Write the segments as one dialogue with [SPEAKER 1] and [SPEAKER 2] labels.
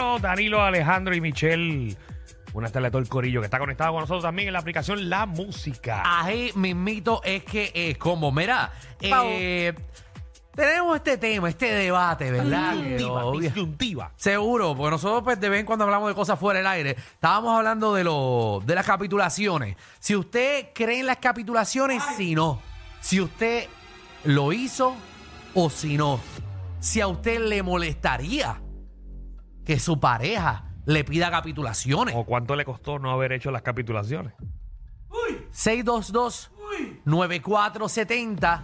[SPEAKER 1] Danilo, Danilo, Alejandro y Michelle. Buenas tardes a todo el corillo que está conectado con nosotros también en la aplicación La Música.
[SPEAKER 2] Ahí mismito es que es como, mira,
[SPEAKER 3] Pau.
[SPEAKER 2] eh, tenemos este tema, este debate, ¿verdad? Que
[SPEAKER 1] Disyuntiva,
[SPEAKER 2] obvia-
[SPEAKER 1] disyuntiva.
[SPEAKER 2] Seguro, porque nosotros pues de vez en cuando hablamos de cosas fuera del aire. Estábamos hablando de lo, de las capitulaciones. Si usted cree en las capitulaciones, si no. Si usted lo hizo o si no. Si a usted le molestaría que su pareja le pida capitulaciones.
[SPEAKER 1] ¿O cuánto le costó no haber hecho las capitulaciones?
[SPEAKER 2] 622-9470.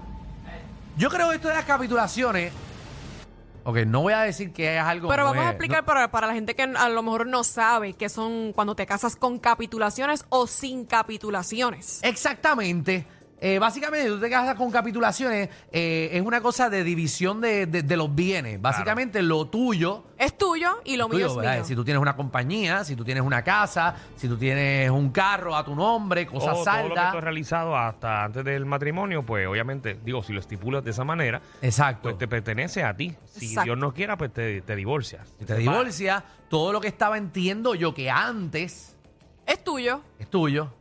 [SPEAKER 2] Yo creo que esto de las capitulaciones. Ok, no voy a decir que es algo.
[SPEAKER 3] Pero
[SPEAKER 2] no
[SPEAKER 3] vamos a
[SPEAKER 2] es-
[SPEAKER 3] explicar
[SPEAKER 2] no-
[SPEAKER 3] para, para la gente que a lo mejor no sabe que son cuando te casas con capitulaciones o sin capitulaciones.
[SPEAKER 2] Exactamente. Eh, básicamente, tú te casas con capitulaciones, eh, es una cosa de división de, de- de los bienes. Básicamente, lo tuyo.
[SPEAKER 3] Es tuyo y lo mío
[SPEAKER 2] tuyo,
[SPEAKER 3] es
[SPEAKER 2] ¿verdad?
[SPEAKER 3] mío.
[SPEAKER 2] Si tú tienes una compañía, si tú tienes una casa, si tú tienes un carro a tu nombre,
[SPEAKER 1] O
[SPEAKER 3] Oh,
[SPEAKER 2] cosas
[SPEAKER 1] todo lo que
[SPEAKER 2] saldas.
[SPEAKER 1] tú has realizado hasta antes del matrimonio, pues obviamente, digo, si lo estipulas de esa manera,
[SPEAKER 2] Exacto.
[SPEAKER 1] pues te pertenece a ti. Si
[SPEAKER 3] Exacto.
[SPEAKER 1] Dios no quiera, pues te, te divorcias.
[SPEAKER 2] Y te divorcias, todo lo que estaba, entiendo yo, que antes
[SPEAKER 3] Es tuyo.
[SPEAKER 2] es tuyo.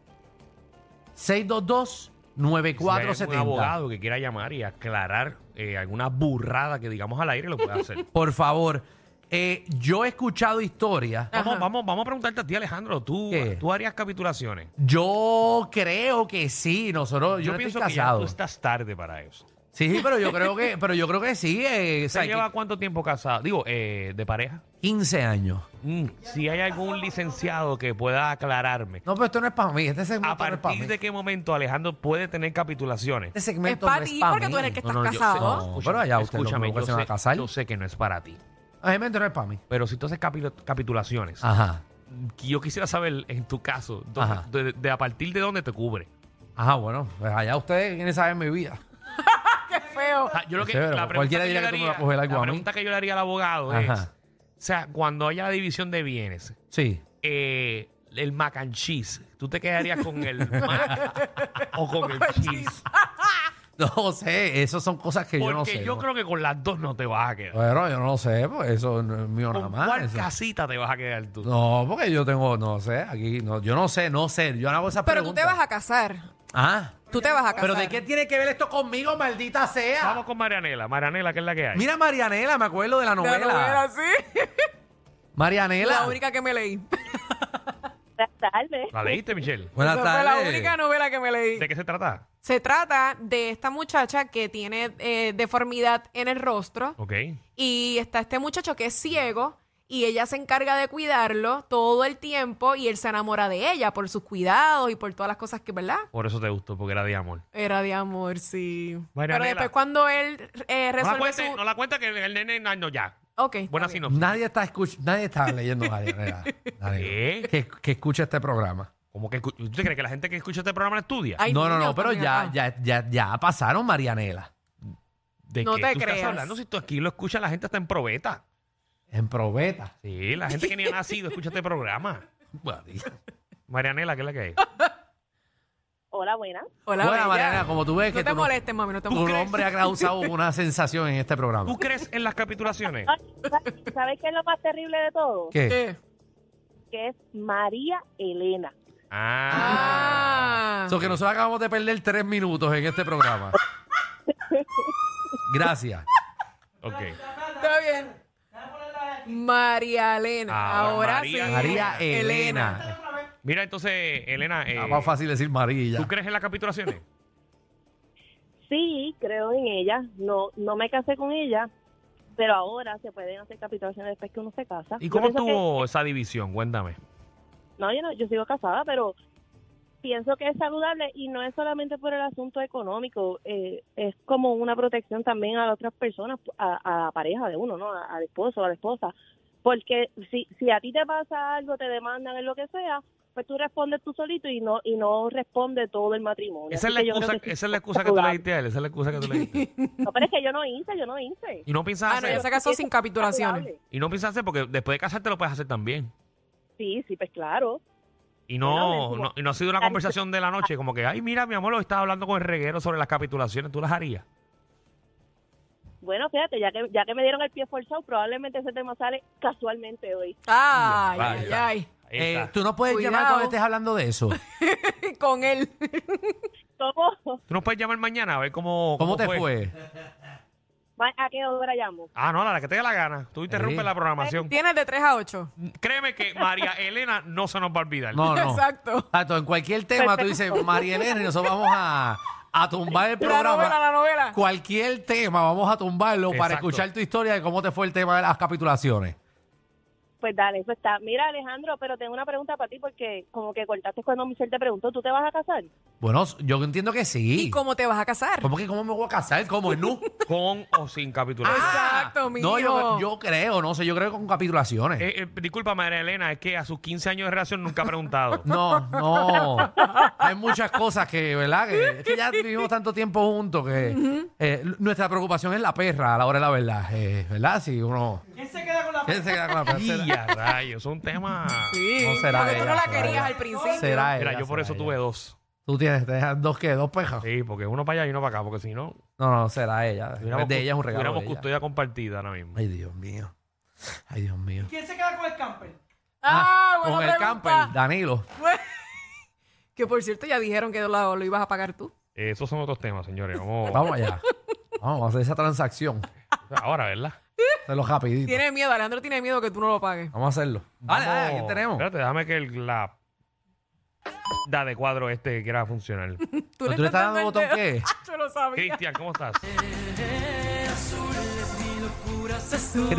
[SPEAKER 1] Si
[SPEAKER 2] 622-9470.
[SPEAKER 1] hay algún abogado que quiera llamar y aclarar eh, alguna burrada que digamos al aire, lo puede hacer.
[SPEAKER 2] Por favor, eh, yo he escuchado historias.
[SPEAKER 1] vamos, vamos, vamos a preguntarte a ti, Alejandro. ¿Tú,
[SPEAKER 2] ¿Qué?
[SPEAKER 1] tú harías capitulaciones?
[SPEAKER 2] Yo creo que sí, nosotros, yo, no
[SPEAKER 1] pienso
[SPEAKER 2] estoy
[SPEAKER 1] que ya tú
[SPEAKER 2] casado.
[SPEAKER 1] estás tarde para eso.
[SPEAKER 2] Sí, sí, pero yo creo que, pero yo creo que sí, eh, o sea,
[SPEAKER 1] ¿Se
[SPEAKER 2] que-
[SPEAKER 1] lleva cuánto tiempo casado? Digo, eh, de pareja.
[SPEAKER 2] 15 años.
[SPEAKER 1] Mm, si hay algún licenciado que pueda aclararme,
[SPEAKER 2] No, pero esto no es para mí, este
[SPEAKER 1] ¿a
[SPEAKER 2] segmento no es para mí.
[SPEAKER 1] partir de qué momento Alejandro puede tener capitulaciones?
[SPEAKER 2] Este segmento
[SPEAKER 3] Es pa'
[SPEAKER 2] no es
[SPEAKER 3] ti,
[SPEAKER 2] para
[SPEAKER 3] porque
[SPEAKER 2] mí.
[SPEAKER 3] tú eres el que
[SPEAKER 2] No,
[SPEAKER 3] estás
[SPEAKER 2] no, yo-
[SPEAKER 3] casado.
[SPEAKER 2] no, pero allá usted
[SPEAKER 1] escúchame,
[SPEAKER 2] no,
[SPEAKER 1] yo,
[SPEAKER 2] se van a
[SPEAKER 1] sé,
[SPEAKER 2] casar.
[SPEAKER 1] yo sé que no es para ti.
[SPEAKER 2] El segmento no es para mí.
[SPEAKER 1] Pero si tú haces capi- capitulaciones,
[SPEAKER 2] Ajá.
[SPEAKER 1] yo quisiera saber en tu caso, dónde-
[SPEAKER 2] Ah. Ajá.
[SPEAKER 1] de, de a partir de dónde te cubre.
[SPEAKER 2] Ajá, bueno, pues allá ustedes quieren saber mi vida.
[SPEAKER 3] Qué feo.
[SPEAKER 1] O sea, yo lo que,
[SPEAKER 2] Sí, pero
[SPEAKER 1] la pregunta
[SPEAKER 2] cualquiera
[SPEAKER 1] que yo
[SPEAKER 2] diría
[SPEAKER 1] le
[SPEAKER 2] que tú me
[SPEAKER 1] haría-
[SPEAKER 2] vas a coger algo
[SPEAKER 1] la
[SPEAKER 2] a mí.
[SPEAKER 1] pregunta que yo le haría al abogado es,
[SPEAKER 2] Ajá.
[SPEAKER 1] o sea, cuando haya la división de bienes,
[SPEAKER 2] Sí.
[SPEAKER 1] eh, el mac and cheese, ¿tú te quedarías con el mac o con el cheese?
[SPEAKER 2] No sé, esas son cosas que yo no
[SPEAKER 1] Porque
[SPEAKER 2] sé.
[SPEAKER 1] yo
[SPEAKER 2] ¿no?
[SPEAKER 1] creo que con las dos no te vas a quedar.
[SPEAKER 2] Pero yo no sé, pues eso no es mío nada
[SPEAKER 1] ¿Con
[SPEAKER 2] más.
[SPEAKER 1] cuál
[SPEAKER 2] eso-
[SPEAKER 1] casita te vas a quedar tú?
[SPEAKER 2] No, porque yo tengo, no sé, aquí, no, yo no sé, no sé, yo no hago esas
[SPEAKER 3] Pero tú te
[SPEAKER 2] preguntas.
[SPEAKER 3] vas a casar.
[SPEAKER 2] Ah,
[SPEAKER 3] Tú te vas a casar.
[SPEAKER 2] pero ¿de qué tiene que ver esto conmigo, maldita sea?
[SPEAKER 1] Vamos con Marianela. Marianela, ¿qué es la que hay?
[SPEAKER 2] Mira Marianela, me acuerdo de la
[SPEAKER 3] De la
[SPEAKER 2] novela.
[SPEAKER 3] novela, sí.
[SPEAKER 2] Marianela.
[SPEAKER 3] La única que me leí.
[SPEAKER 4] Buenas tardes.
[SPEAKER 1] ¿La leíste, Michelle?
[SPEAKER 2] Buenas
[SPEAKER 3] Esa fue
[SPEAKER 2] tardes.
[SPEAKER 3] la única novela que me leí.
[SPEAKER 1] ¿De qué se trata?
[SPEAKER 3] Se trata de esta muchacha que tiene eh, deformidad en el rostro.
[SPEAKER 1] Ok.
[SPEAKER 3] y está este muchacho que es ciego y ella se encarga de cuidarlo todo el tiempo y él se enamora de ella por sus cuidados y por todas las cosas que, ¿verdad?
[SPEAKER 1] Por eso te gustó, porque era de amor.
[SPEAKER 3] Era de amor, sí. Pero
[SPEAKER 1] Marianela.
[SPEAKER 3] después cuando él
[SPEAKER 1] No la,
[SPEAKER 3] eh, resuelve
[SPEAKER 1] cuente,
[SPEAKER 3] su...
[SPEAKER 1] no la cuenta que el nene no, no, ya.
[SPEAKER 3] Ok, está
[SPEAKER 1] Buena
[SPEAKER 3] bien.
[SPEAKER 1] sinopsis.
[SPEAKER 2] Nadie está escuch- nadie está leyendo Marianela. Nadie.
[SPEAKER 1] ¿Qué?
[SPEAKER 2] Que, que escucha este programa.
[SPEAKER 1] Como que escu- ¿Usted cree que la gente que escucha este programa no estudia?
[SPEAKER 3] Ay,
[SPEAKER 2] no, no,
[SPEAKER 3] niños
[SPEAKER 2] no, pero
[SPEAKER 3] también
[SPEAKER 2] ya,
[SPEAKER 3] acá.
[SPEAKER 2] ya, ya, ya pasaron Marianela.
[SPEAKER 1] ¿De
[SPEAKER 3] no
[SPEAKER 1] qué
[SPEAKER 3] te
[SPEAKER 1] tú
[SPEAKER 3] creas.
[SPEAKER 1] estás hablando? Si tú aquí lo escucha la gente está en probeta.
[SPEAKER 2] En probeta.
[SPEAKER 1] Sí, la gente que ni ha nacido escucha este programa. Marianela, ¿qué es la que hay?
[SPEAKER 4] Hola, buenas.
[SPEAKER 3] Hola,
[SPEAKER 2] Bueno,
[SPEAKER 3] bella.
[SPEAKER 2] Marianela, como tú ves
[SPEAKER 3] No
[SPEAKER 2] que
[SPEAKER 3] te
[SPEAKER 2] tu, no-
[SPEAKER 3] molestes, mami, no te
[SPEAKER 2] tu
[SPEAKER 3] molestes.
[SPEAKER 2] nombre ha causado una sensación en este programa.
[SPEAKER 1] ¿Tú crees en las capitulaciones?
[SPEAKER 4] Ay, ¿Sabes qué es lo más terrible de todo?
[SPEAKER 2] ¿Qué?
[SPEAKER 3] ¿Qué?
[SPEAKER 4] Que es María Elena.
[SPEAKER 1] Ah.
[SPEAKER 3] Ah.
[SPEAKER 2] Eso que nosotros acabamos de perder tres minutos en este programa. Gracias.
[SPEAKER 1] Ok.
[SPEAKER 3] Está bien. María Elena.
[SPEAKER 1] Ahora
[SPEAKER 3] Ahora
[SPEAKER 1] María-
[SPEAKER 3] sí.
[SPEAKER 2] María Elena.
[SPEAKER 1] Mira, entonces, Elena, eh,
[SPEAKER 2] Está Ah, más fácil decir María.
[SPEAKER 1] ¿tú crees en las capitulaciones?
[SPEAKER 4] Sí, creo en ella. No, no me casé con ella, pero ahora se pueden hacer capitulaciones después que uno se casa.
[SPEAKER 1] ¿Y
[SPEAKER 4] Yo
[SPEAKER 1] cómo
[SPEAKER 4] pienso
[SPEAKER 1] estuvo esa división? Cuéntame.
[SPEAKER 4] que- no, yo no, yo sigo casada, pero pienso que es saludable y no es solamente por el asunto económico, eh, es como una protección también a las otras personas, a, a la pareja de uno, ¿no? A- al esposo, a la esposa. Porque si, si a ti te pasa algo, te demandan en lo que sea, pues tú respondes tú solito y no y no responde todo el matrimonio.
[SPEAKER 1] Esa es
[SPEAKER 4] Así
[SPEAKER 1] la
[SPEAKER 4] que yo creo
[SPEAKER 1] excusa,
[SPEAKER 4] sí
[SPEAKER 1] esa es la
[SPEAKER 4] es
[SPEAKER 1] excusa que tú le
[SPEAKER 4] saludable.
[SPEAKER 1] diste a él, esa es la excusa que tú le diste.
[SPEAKER 4] No, pero es que yo no hice, yo no hice.
[SPEAKER 1] Y no piensas
[SPEAKER 3] Ah, no,
[SPEAKER 1] hacer,
[SPEAKER 3] ya se casó sin capitulaciones.
[SPEAKER 4] Saludable.
[SPEAKER 1] y no piensas hacer porque después de casarte lo puedes hacer también.
[SPEAKER 4] Sí, sí, pues claro.
[SPEAKER 1] Y no,
[SPEAKER 4] Bueno, me-
[SPEAKER 1] no, y no ha sido una
[SPEAKER 4] Ay,
[SPEAKER 1] conversación de la noche, como que, ay, mira, mi amor, lo estaba hablando con el reguero sobre las capitulaciones, ¿tú las harías?
[SPEAKER 4] Bueno, fíjate, ya que, ya que me dieron el pie forzado, probablemente ese tema sale casualmente hoy.
[SPEAKER 3] Ay, ay,
[SPEAKER 1] Vaya.
[SPEAKER 3] ay.
[SPEAKER 1] Ahí
[SPEAKER 2] Eh,
[SPEAKER 1] está.
[SPEAKER 2] tú no puedes llamar
[SPEAKER 3] Cuidado.
[SPEAKER 2] cuando estés hablando de eso.
[SPEAKER 3] Con él.
[SPEAKER 4] Tomo,
[SPEAKER 1] Tú nos puedes llamar mañana a ver cómo.
[SPEAKER 2] ¿Cómo te fue?
[SPEAKER 4] ¿a qué hora llamo?
[SPEAKER 1] Ah, no, a la que te dé la gana. Tú interrumpes
[SPEAKER 2] Sí.
[SPEAKER 1] la programación.
[SPEAKER 3] Tienes de 3 a 8.
[SPEAKER 1] Créeme que María Elena no se nos va a olvidar.
[SPEAKER 2] No, no.
[SPEAKER 3] Exacto.
[SPEAKER 2] Exacto, en cualquier tema tú dices, María Elena, y nosotros vamos a, a tumbar el
[SPEAKER 3] La novela,
[SPEAKER 2] programa.
[SPEAKER 3] la novela.
[SPEAKER 2] Cualquier tema, vamos a tumbarlo para
[SPEAKER 1] Exacto.
[SPEAKER 2] escuchar tu historia de cómo te fue el tema de las capitulaciones.
[SPEAKER 4] Pues dale, pues está. Mira, Alejandro, pero tengo una pregunta para ti porque como que cortaste cuando Michelle te preguntó, ¿tú te vas a casar?
[SPEAKER 2] Bueno, yo entiendo que sí.
[SPEAKER 3] ¿Y cómo te vas a casar?
[SPEAKER 2] ¿Cómo que cómo me voy a casar? ¿Cómo? ¿En nu?
[SPEAKER 1] Con o sin capitulación.
[SPEAKER 2] Ah.
[SPEAKER 3] Exacto,
[SPEAKER 2] No, yo,
[SPEAKER 3] mijo.
[SPEAKER 2] yo creo, no sé, yo creo que con capitulaciones.
[SPEAKER 1] Eh, eh, disculpa, María Elena, es que a sus 15 años de relación nunca ha preguntado.
[SPEAKER 2] No, no. Hay muchas cosas que, ¿verdad? Que, es que ya vivimos tanto tiempo juntos que eh, nuestra preocupación es la perra a la hora de la verdad. eh, ¿Verdad? Si uno. ¿Quién se queda con la perra?
[SPEAKER 1] Y
[SPEAKER 2] ¿Será-
[SPEAKER 1] a rayos, es un tema.
[SPEAKER 3] Sí,
[SPEAKER 2] No será
[SPEAKER 3] porque tú no
[SPEAKER 2] ella,
[SPEAKER 3] la
[SPEAKER 2] será
[SPEAKER 3] querías
[SPEAKER 2] ella.
[SPEAKER 3] al principio.
[SPEAKER 2] Será
[SPEAKER 1] Mira,
[SPEAKER 2] ella,
[SPEAKER 1] yo por
[SPEAKER 2] será
[SPEAKER 1] eso
[SPEAKER 2] ella.
[SPEAKER 1] tuve dos.
[SPEAKER 2] Tú tienes, te dejan dos que, dos perras.
[SPEAKER 1] Sí, porque uno para allá y uno para acá, porque si no,
[SPEAKER 2] No, no, será ella.
[SPEAKER 1] tuviéramos
[SPEAKER 2] Es de ella es un regalo.
[SPEAKER 1] tuviéramos
[SPEAKER 2] de ella.
[SPEAKER 1] custodia compartida ahora mismo.
[SPEAKER 2] Ay, Dios mío. Ay, Dios mío.
[SPEAKER 5] ¿Quién se queda con el camper?
[SPEAKER 3] Ah,
[SPEAKER 2] con
[SPEAKER 3] buena
[SPEAKER 2] el
[SPEAKER 3] pregunta.
[SPEAKER 2] camper, Danilo.
[SPEAKER 3] Que por cierto, ya dijeron que lo, lo ibas a pagar tú.
[SPEAKER 1] Eh, esos son otros temas, señores. Vamos,
[SPEAKER 2] Vamos allá. Vamos a hacer esa transacción.
[SPEAKER 1] ahora, ¿verdad?
[SPEAKER 2] Hacerlo rapidito.
[SPEAKER 3] Tiene miedo, Alejandro tiene miedo que tú no lo pagues.
[SPEAKER 2] Vamos a hacerlo. Dale, dale, ¿a quién tenemos?
[SPEAKER 1] Espérate, déjame que el, la. Da de cuadro este quiera funcionar.
[SPEAKER 2] ¿Tú le estás dando botón
[SPEAKER 3] dedo.
[SPEAKER 2] qué?
[SPEAKER 3] Yo lo sabía.
[SPEAKER 1] Cristian, ¿cómo estás?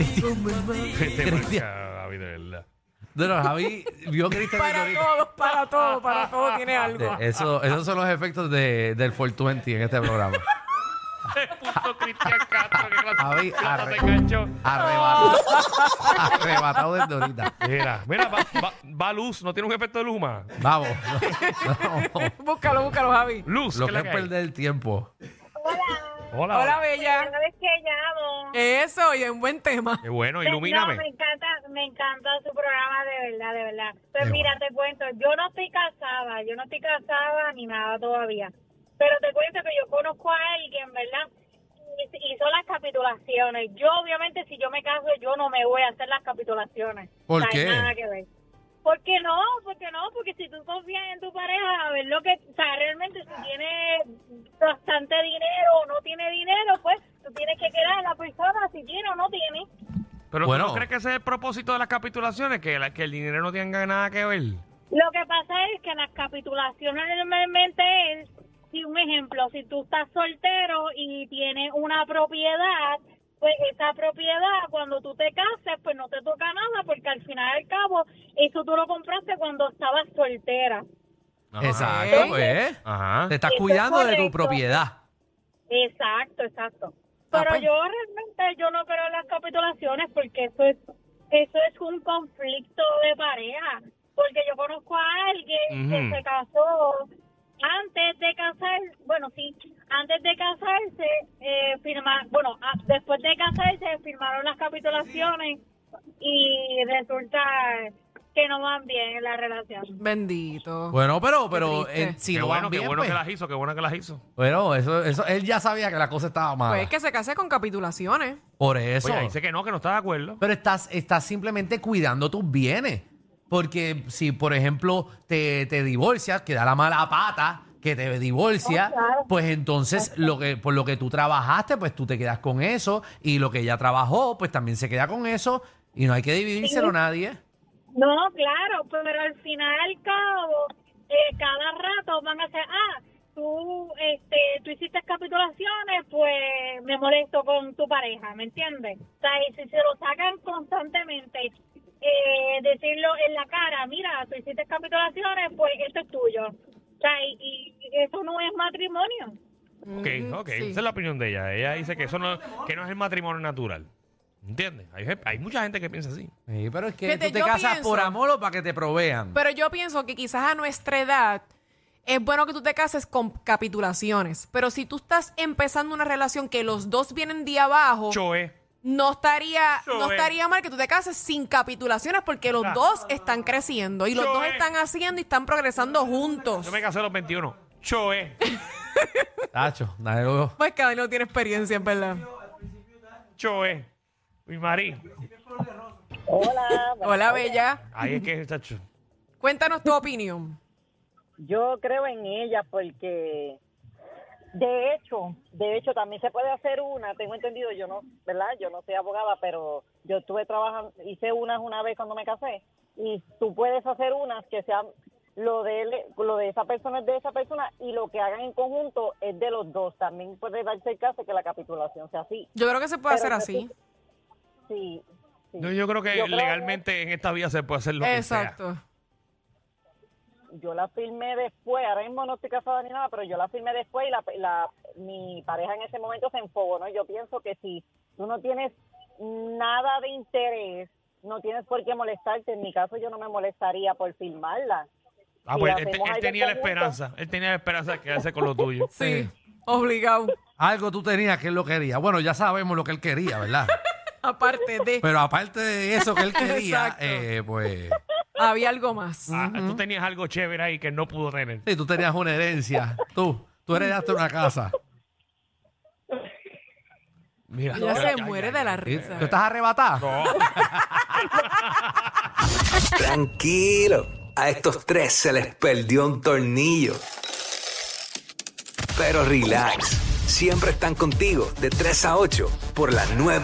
[SPEAKER 1] Este marca, David, de verdad.
[SPEAKER 2] No, no, Javi vio a Cristian y
[SPEAKER 3] Para
[SPEAKER 2] ahorita.
[SPEAKER 3] todo, para todo, para todo tiene algo.
[SPEAKER 2] Ah, De- eso- esos son los efectos de, del 420 en este programa.
[SPEAKER 1] Puto Cristian Castro, que clase-
[SPEAKER 2] Javi,
[SPEAKER 1] clase
[SPEAKER 2] arre.
[SPEAKER 1] de gancho.
[SPEAKER 2] Arrebatado. Arrebatado desde ahorita.
[SPEAKER 1] Mira, mira, va, va- va luz, no tiene un efecto de luma.
[SPEAKER 2] Vamos. No, no.
[SPEAKER 3] búscalo, búscalo, Javi.
[SPEAKER 1] Luz,
[SPEAKER 2] Lo
[SPEAKER 1] ¿qué
[SPEAKER 2] que
[SPEAKER 1] es la
[SPEAKER 2] es
[SPEAKER 1] que hay?
[SPEAKER 2] perder el tiempo.
[SPEAKER 1] Hola,
[SPEAKER 3] Hola,
[SPEAKER 1] hola.
[SPEAKER 3] Bella.
[SPEAKER 4] vez que llamo.
[SPEAKER 3] Eso, y un buen tema.
[SPEAKER 1] Qué bueno,
[SPEAKER 4] Eh, No, me
[SPEAKER 1] ilumíname.
[SPEAKER 4] encanta, me encanta su programa, de verdad, de verdad. Pues
[SPEAKER 2] Qué
[SPEAKER 4] mira, te cuento, yo no estoy casada, yo no estoy casada ni nada todavía. Pero te cuento que yo conozco a alguien, ¿verdad? Y, y son las capitulaciones. Yo, obviamente, si yo me caso, yo no me voy a hacer las capitulaciones.
[SPEAKER 2] ¿Por
[SPEAKER 4] No hay
[SPEAKER 2] qué?
[SPEAKER 4] nada que ver. ¿Por qué no? ¿Por qué no? Porque si tú confías en tu pareja, a ver lo que... O sea, realmente si tiene bastante dinero o no tiene dinero, pues tú tienes que quedar en la persona si tiene o no tiene.
[SPEAKER 1] Pero
[SPEAKER 2] Bueno.
[SPEAKER 1] ¿tú no crees que ese es el propósito de las capitulaciones? Que, la- que el dinero no tenga nada que ver.
[SPEAKER 4] Lo que pasa es que las capitulaciones normalmente es, si un ejemplo, si tú estás soltero y tienes una propiedad, pues esa propiedad cuando tú te cases, pues no te toca nada porque al final y al cabo eso tú lo compraste cuando estabas soltera.
[SPEAKER 2] Exacto, pues.
[SPEAKER 1] Ajá.
[SPEAKER 2] Te estás
[SPEAKER 4] Eso es
[SPEAKER 2] cuidando de tu
[SPEAKER 4] correcto.
[SPEAKER 2] propiedad.
[SPEAKER 4] Exacto, exacto.
[SPEAKER 3] Ah,
[SPEAKER 4] Pero
[SPEAKER 3] pues.
[SPEAKER 4] yo realmente yo no creo en las capitulaciones porque eso es eso es un conflicto de pareja. Porque yo conozco a
[SPEAKER 1] Ujú.
[SPEAKER 4] alguien que se casó antes de casarse, bueno, sí, antes de casarse, eh, firma- bueno, ah, después de casarse firmaron las capitulaciones y resulta que no van bien en la relación.
[SPEAKER 3] Bendito.
[SPEAKER 2] Bueno, pero, pero
[SPEAKER 3] triste.
[SPEAKER 2] eh, si
[SPEAKER 1] qué
[SPEAKER 2] lo
[SPEAKER 1] bueno,
[SPEAKER 2] van
[SPEAKER 1] qué
[SPEAKER 2] bien,
[SPEAKER 1] bueno
[SPEAKER 2] pues.
[SPEAKER 1] que las hizo, qué bueno que las hizo. Pues
[SPEAKER 2] Bueno, eso, eso, él ya sabía que la cosa estaba mala.
[SPEAKER 3] Pues que se case con capitulaciones.
[SPEAKER 2] Por eso.
[SPEAKER 1] Oye, dice que no, que no está de acuerdo.
[SPEAKER 2] Pero estás, estás simplemente cuidando tus bienes. Porque si, por ejemplo, te, te divorcias, que da la mala pata, que te divorcia,
[SPEAKER 3] Oh,
[SPEAKER 2] pues entonces lo que, por lo que tú trabajaste, pues tú te quedas con eso. Y lo que ella trabajó, pues también se queda con eso. Y no hay que dividírselo a nadie.
[SPEAKER 4] No, claro, pero al final y al cabo, eh, cada rato van a ser, ah, tú, este, tú hiciste capitulaciones, pues me molesto con tu pareja, ¿me entiendes? O sea, y si se lo sacan constantemente, eh, decirlo en la cara, mira, tú hiciste capitulaciones, pues esto es tuyo. O sea, y, y eso no es matrimonio.
[SPEAKER 1] Ok,
[SPEAKER 3] Ujú,
[SPEAKER 1] ok.
[SPEAKER 3] Mm, sí.
[SPEAKER 1] Esa es la opinión de ella. Ella dice que eso no, que no es el matrimonio natural. ¿Entiendes? Hay, gen- hay mucha gente que piensa así.
[SPEAKER 2] Sí, pero es que
[SPEAKER 3] Fíjate,
[SPEAKER 2] tú te
[SPEAKER 3] yo
[SPEAKER 2] casas
[SPEAKER 3] pienso-
[SPEAKER 2] por amor o para que te provean.
[SPEAKER 3] Pero yo pienso que quizás a nuestra edad es bueno que tú te cases con capitulaciones. Pero si tú estás empezando una relación que los dos vienen de abajo,
[SPEAKER 1] Choe.
[SPEAKER 3] no estaría, no
[SPEAKER 1] Joel.
[SPEAKER 3] estaría mal que tú te cases sin capitulaciones porque los
[SPEAKER 1] Ah.
[SPEAKER 3] dos están creciendo y los dos
[SPEAKER 1] Joel.
[SPEAKER 3] están haciendo y están progresando juntos.
[SPEAKER 1] Yo me casé a los 21. Choe.
[SPEAKER 2] Tacho, dale luego.
[SPEAKER 3] Pues cada uno tiene experiencia, en verdad.
[SPEAKER 1] Tacho, eh. Mi marí.
[SPEAKER 6] Hola.
[SPEAKER 3] Hola, Bella.
[SPEAKER 1] Ahí es que, tacho.
[SPEAKER 3] Cuéntanos tu opinión.
[SPEAKER 6] Yo creo en ella porque, de hecho, de hecho también se puede hacer una, tengo entendido, yo no, ¿verdad? Yo no soy abogada, pero yo estuve trabajando, hice unas una vez cuando me casé y tú puedes hacer unas que sean lo de él, lo de esa persona es de esa persona y lo que hagan en conjunto es de los dos. También puede darse el caso que la capitulación sea así.
[SPEAKER 3] Yo creo que se puede
[SPEAKER 6] Pero
[SPEAKER 3] hacer
[SPEAKER 6] yo
[SPEAKER 3] así.
[SPEAKER 6] Sí. sí.
[SPEAKER 1] Yo, yo creo que
[SPEAKER 6] Yo creo
[SPEAKER 1] legalmente en esta vida se puede hacer lo que sea.
[SPEAKER 3] Exacto.
[SPEAKER 6] yo la firmé después, ahora mismo no estoy casada ni nada, pero yo la firmé después y la, la- mi pareja en ese momento se enfogó, ¿no? Yo pienso que si tú no tienes nada de interés, no tienes por qué molestarte, en mi caso yo no me molestaría por firmarla.
[SPEAKER 1] Ah,
[SPEAKER 6] Y
[SPEAKER 1] pues
[SPEAKER 6] la
[SPEAKER 1] él, te-
[SPEAKER 6] hacemos
[SPEAKER 1] él
[SPEAKER 6] ahí de
[SPEAKER 1] tenía la
[SPEAKER 6] conjunto.
[SPEAKER 1] esperanza. Él tenía la esperanza de quedarse con lo tuyo.
[SPEAKER 3] Sí, obligado.
[SPEAKER 2] Algo tú tenías que él lo quería. Bueno, ya sabemos lo que él quería, ¿verdad?
[SPEAKER 3] Aparte de,
[SPEAKER 1] Pues-
[SPEAKER 2] Pero aparte de eso que él quería,
[SPEAKER 3] Exacto.
[SPEAKER 2] eh, pues.
[SPEAKER 3] había algo más.
[SPEAKER 1] Ah, Tú tenías algo chévere ahí que no pudo tener.
[SPEAKER 2] Sí, tú tenías una herencia. Tú, tú heredaste una casa.
[SPEAKER 1] Mira.
[SPEAKER 3] Ella se
[SPEAKER 1] Ay, ay,
[SPEAKER 3] muere
[SPEAKER 1] ay,
[SPEAKER 3] de la
[SPEAKER 2] ¿Tú
[SPEAKER 3] risa.
[SPEAKER 2] estás arrebatada?
[SPEAKER 1] No.
[SPEAKER 5] Tranquilo, a estos tres se les perdió un tornillo. Pero relax, siempre están contigo de 3 a 8 por la 9.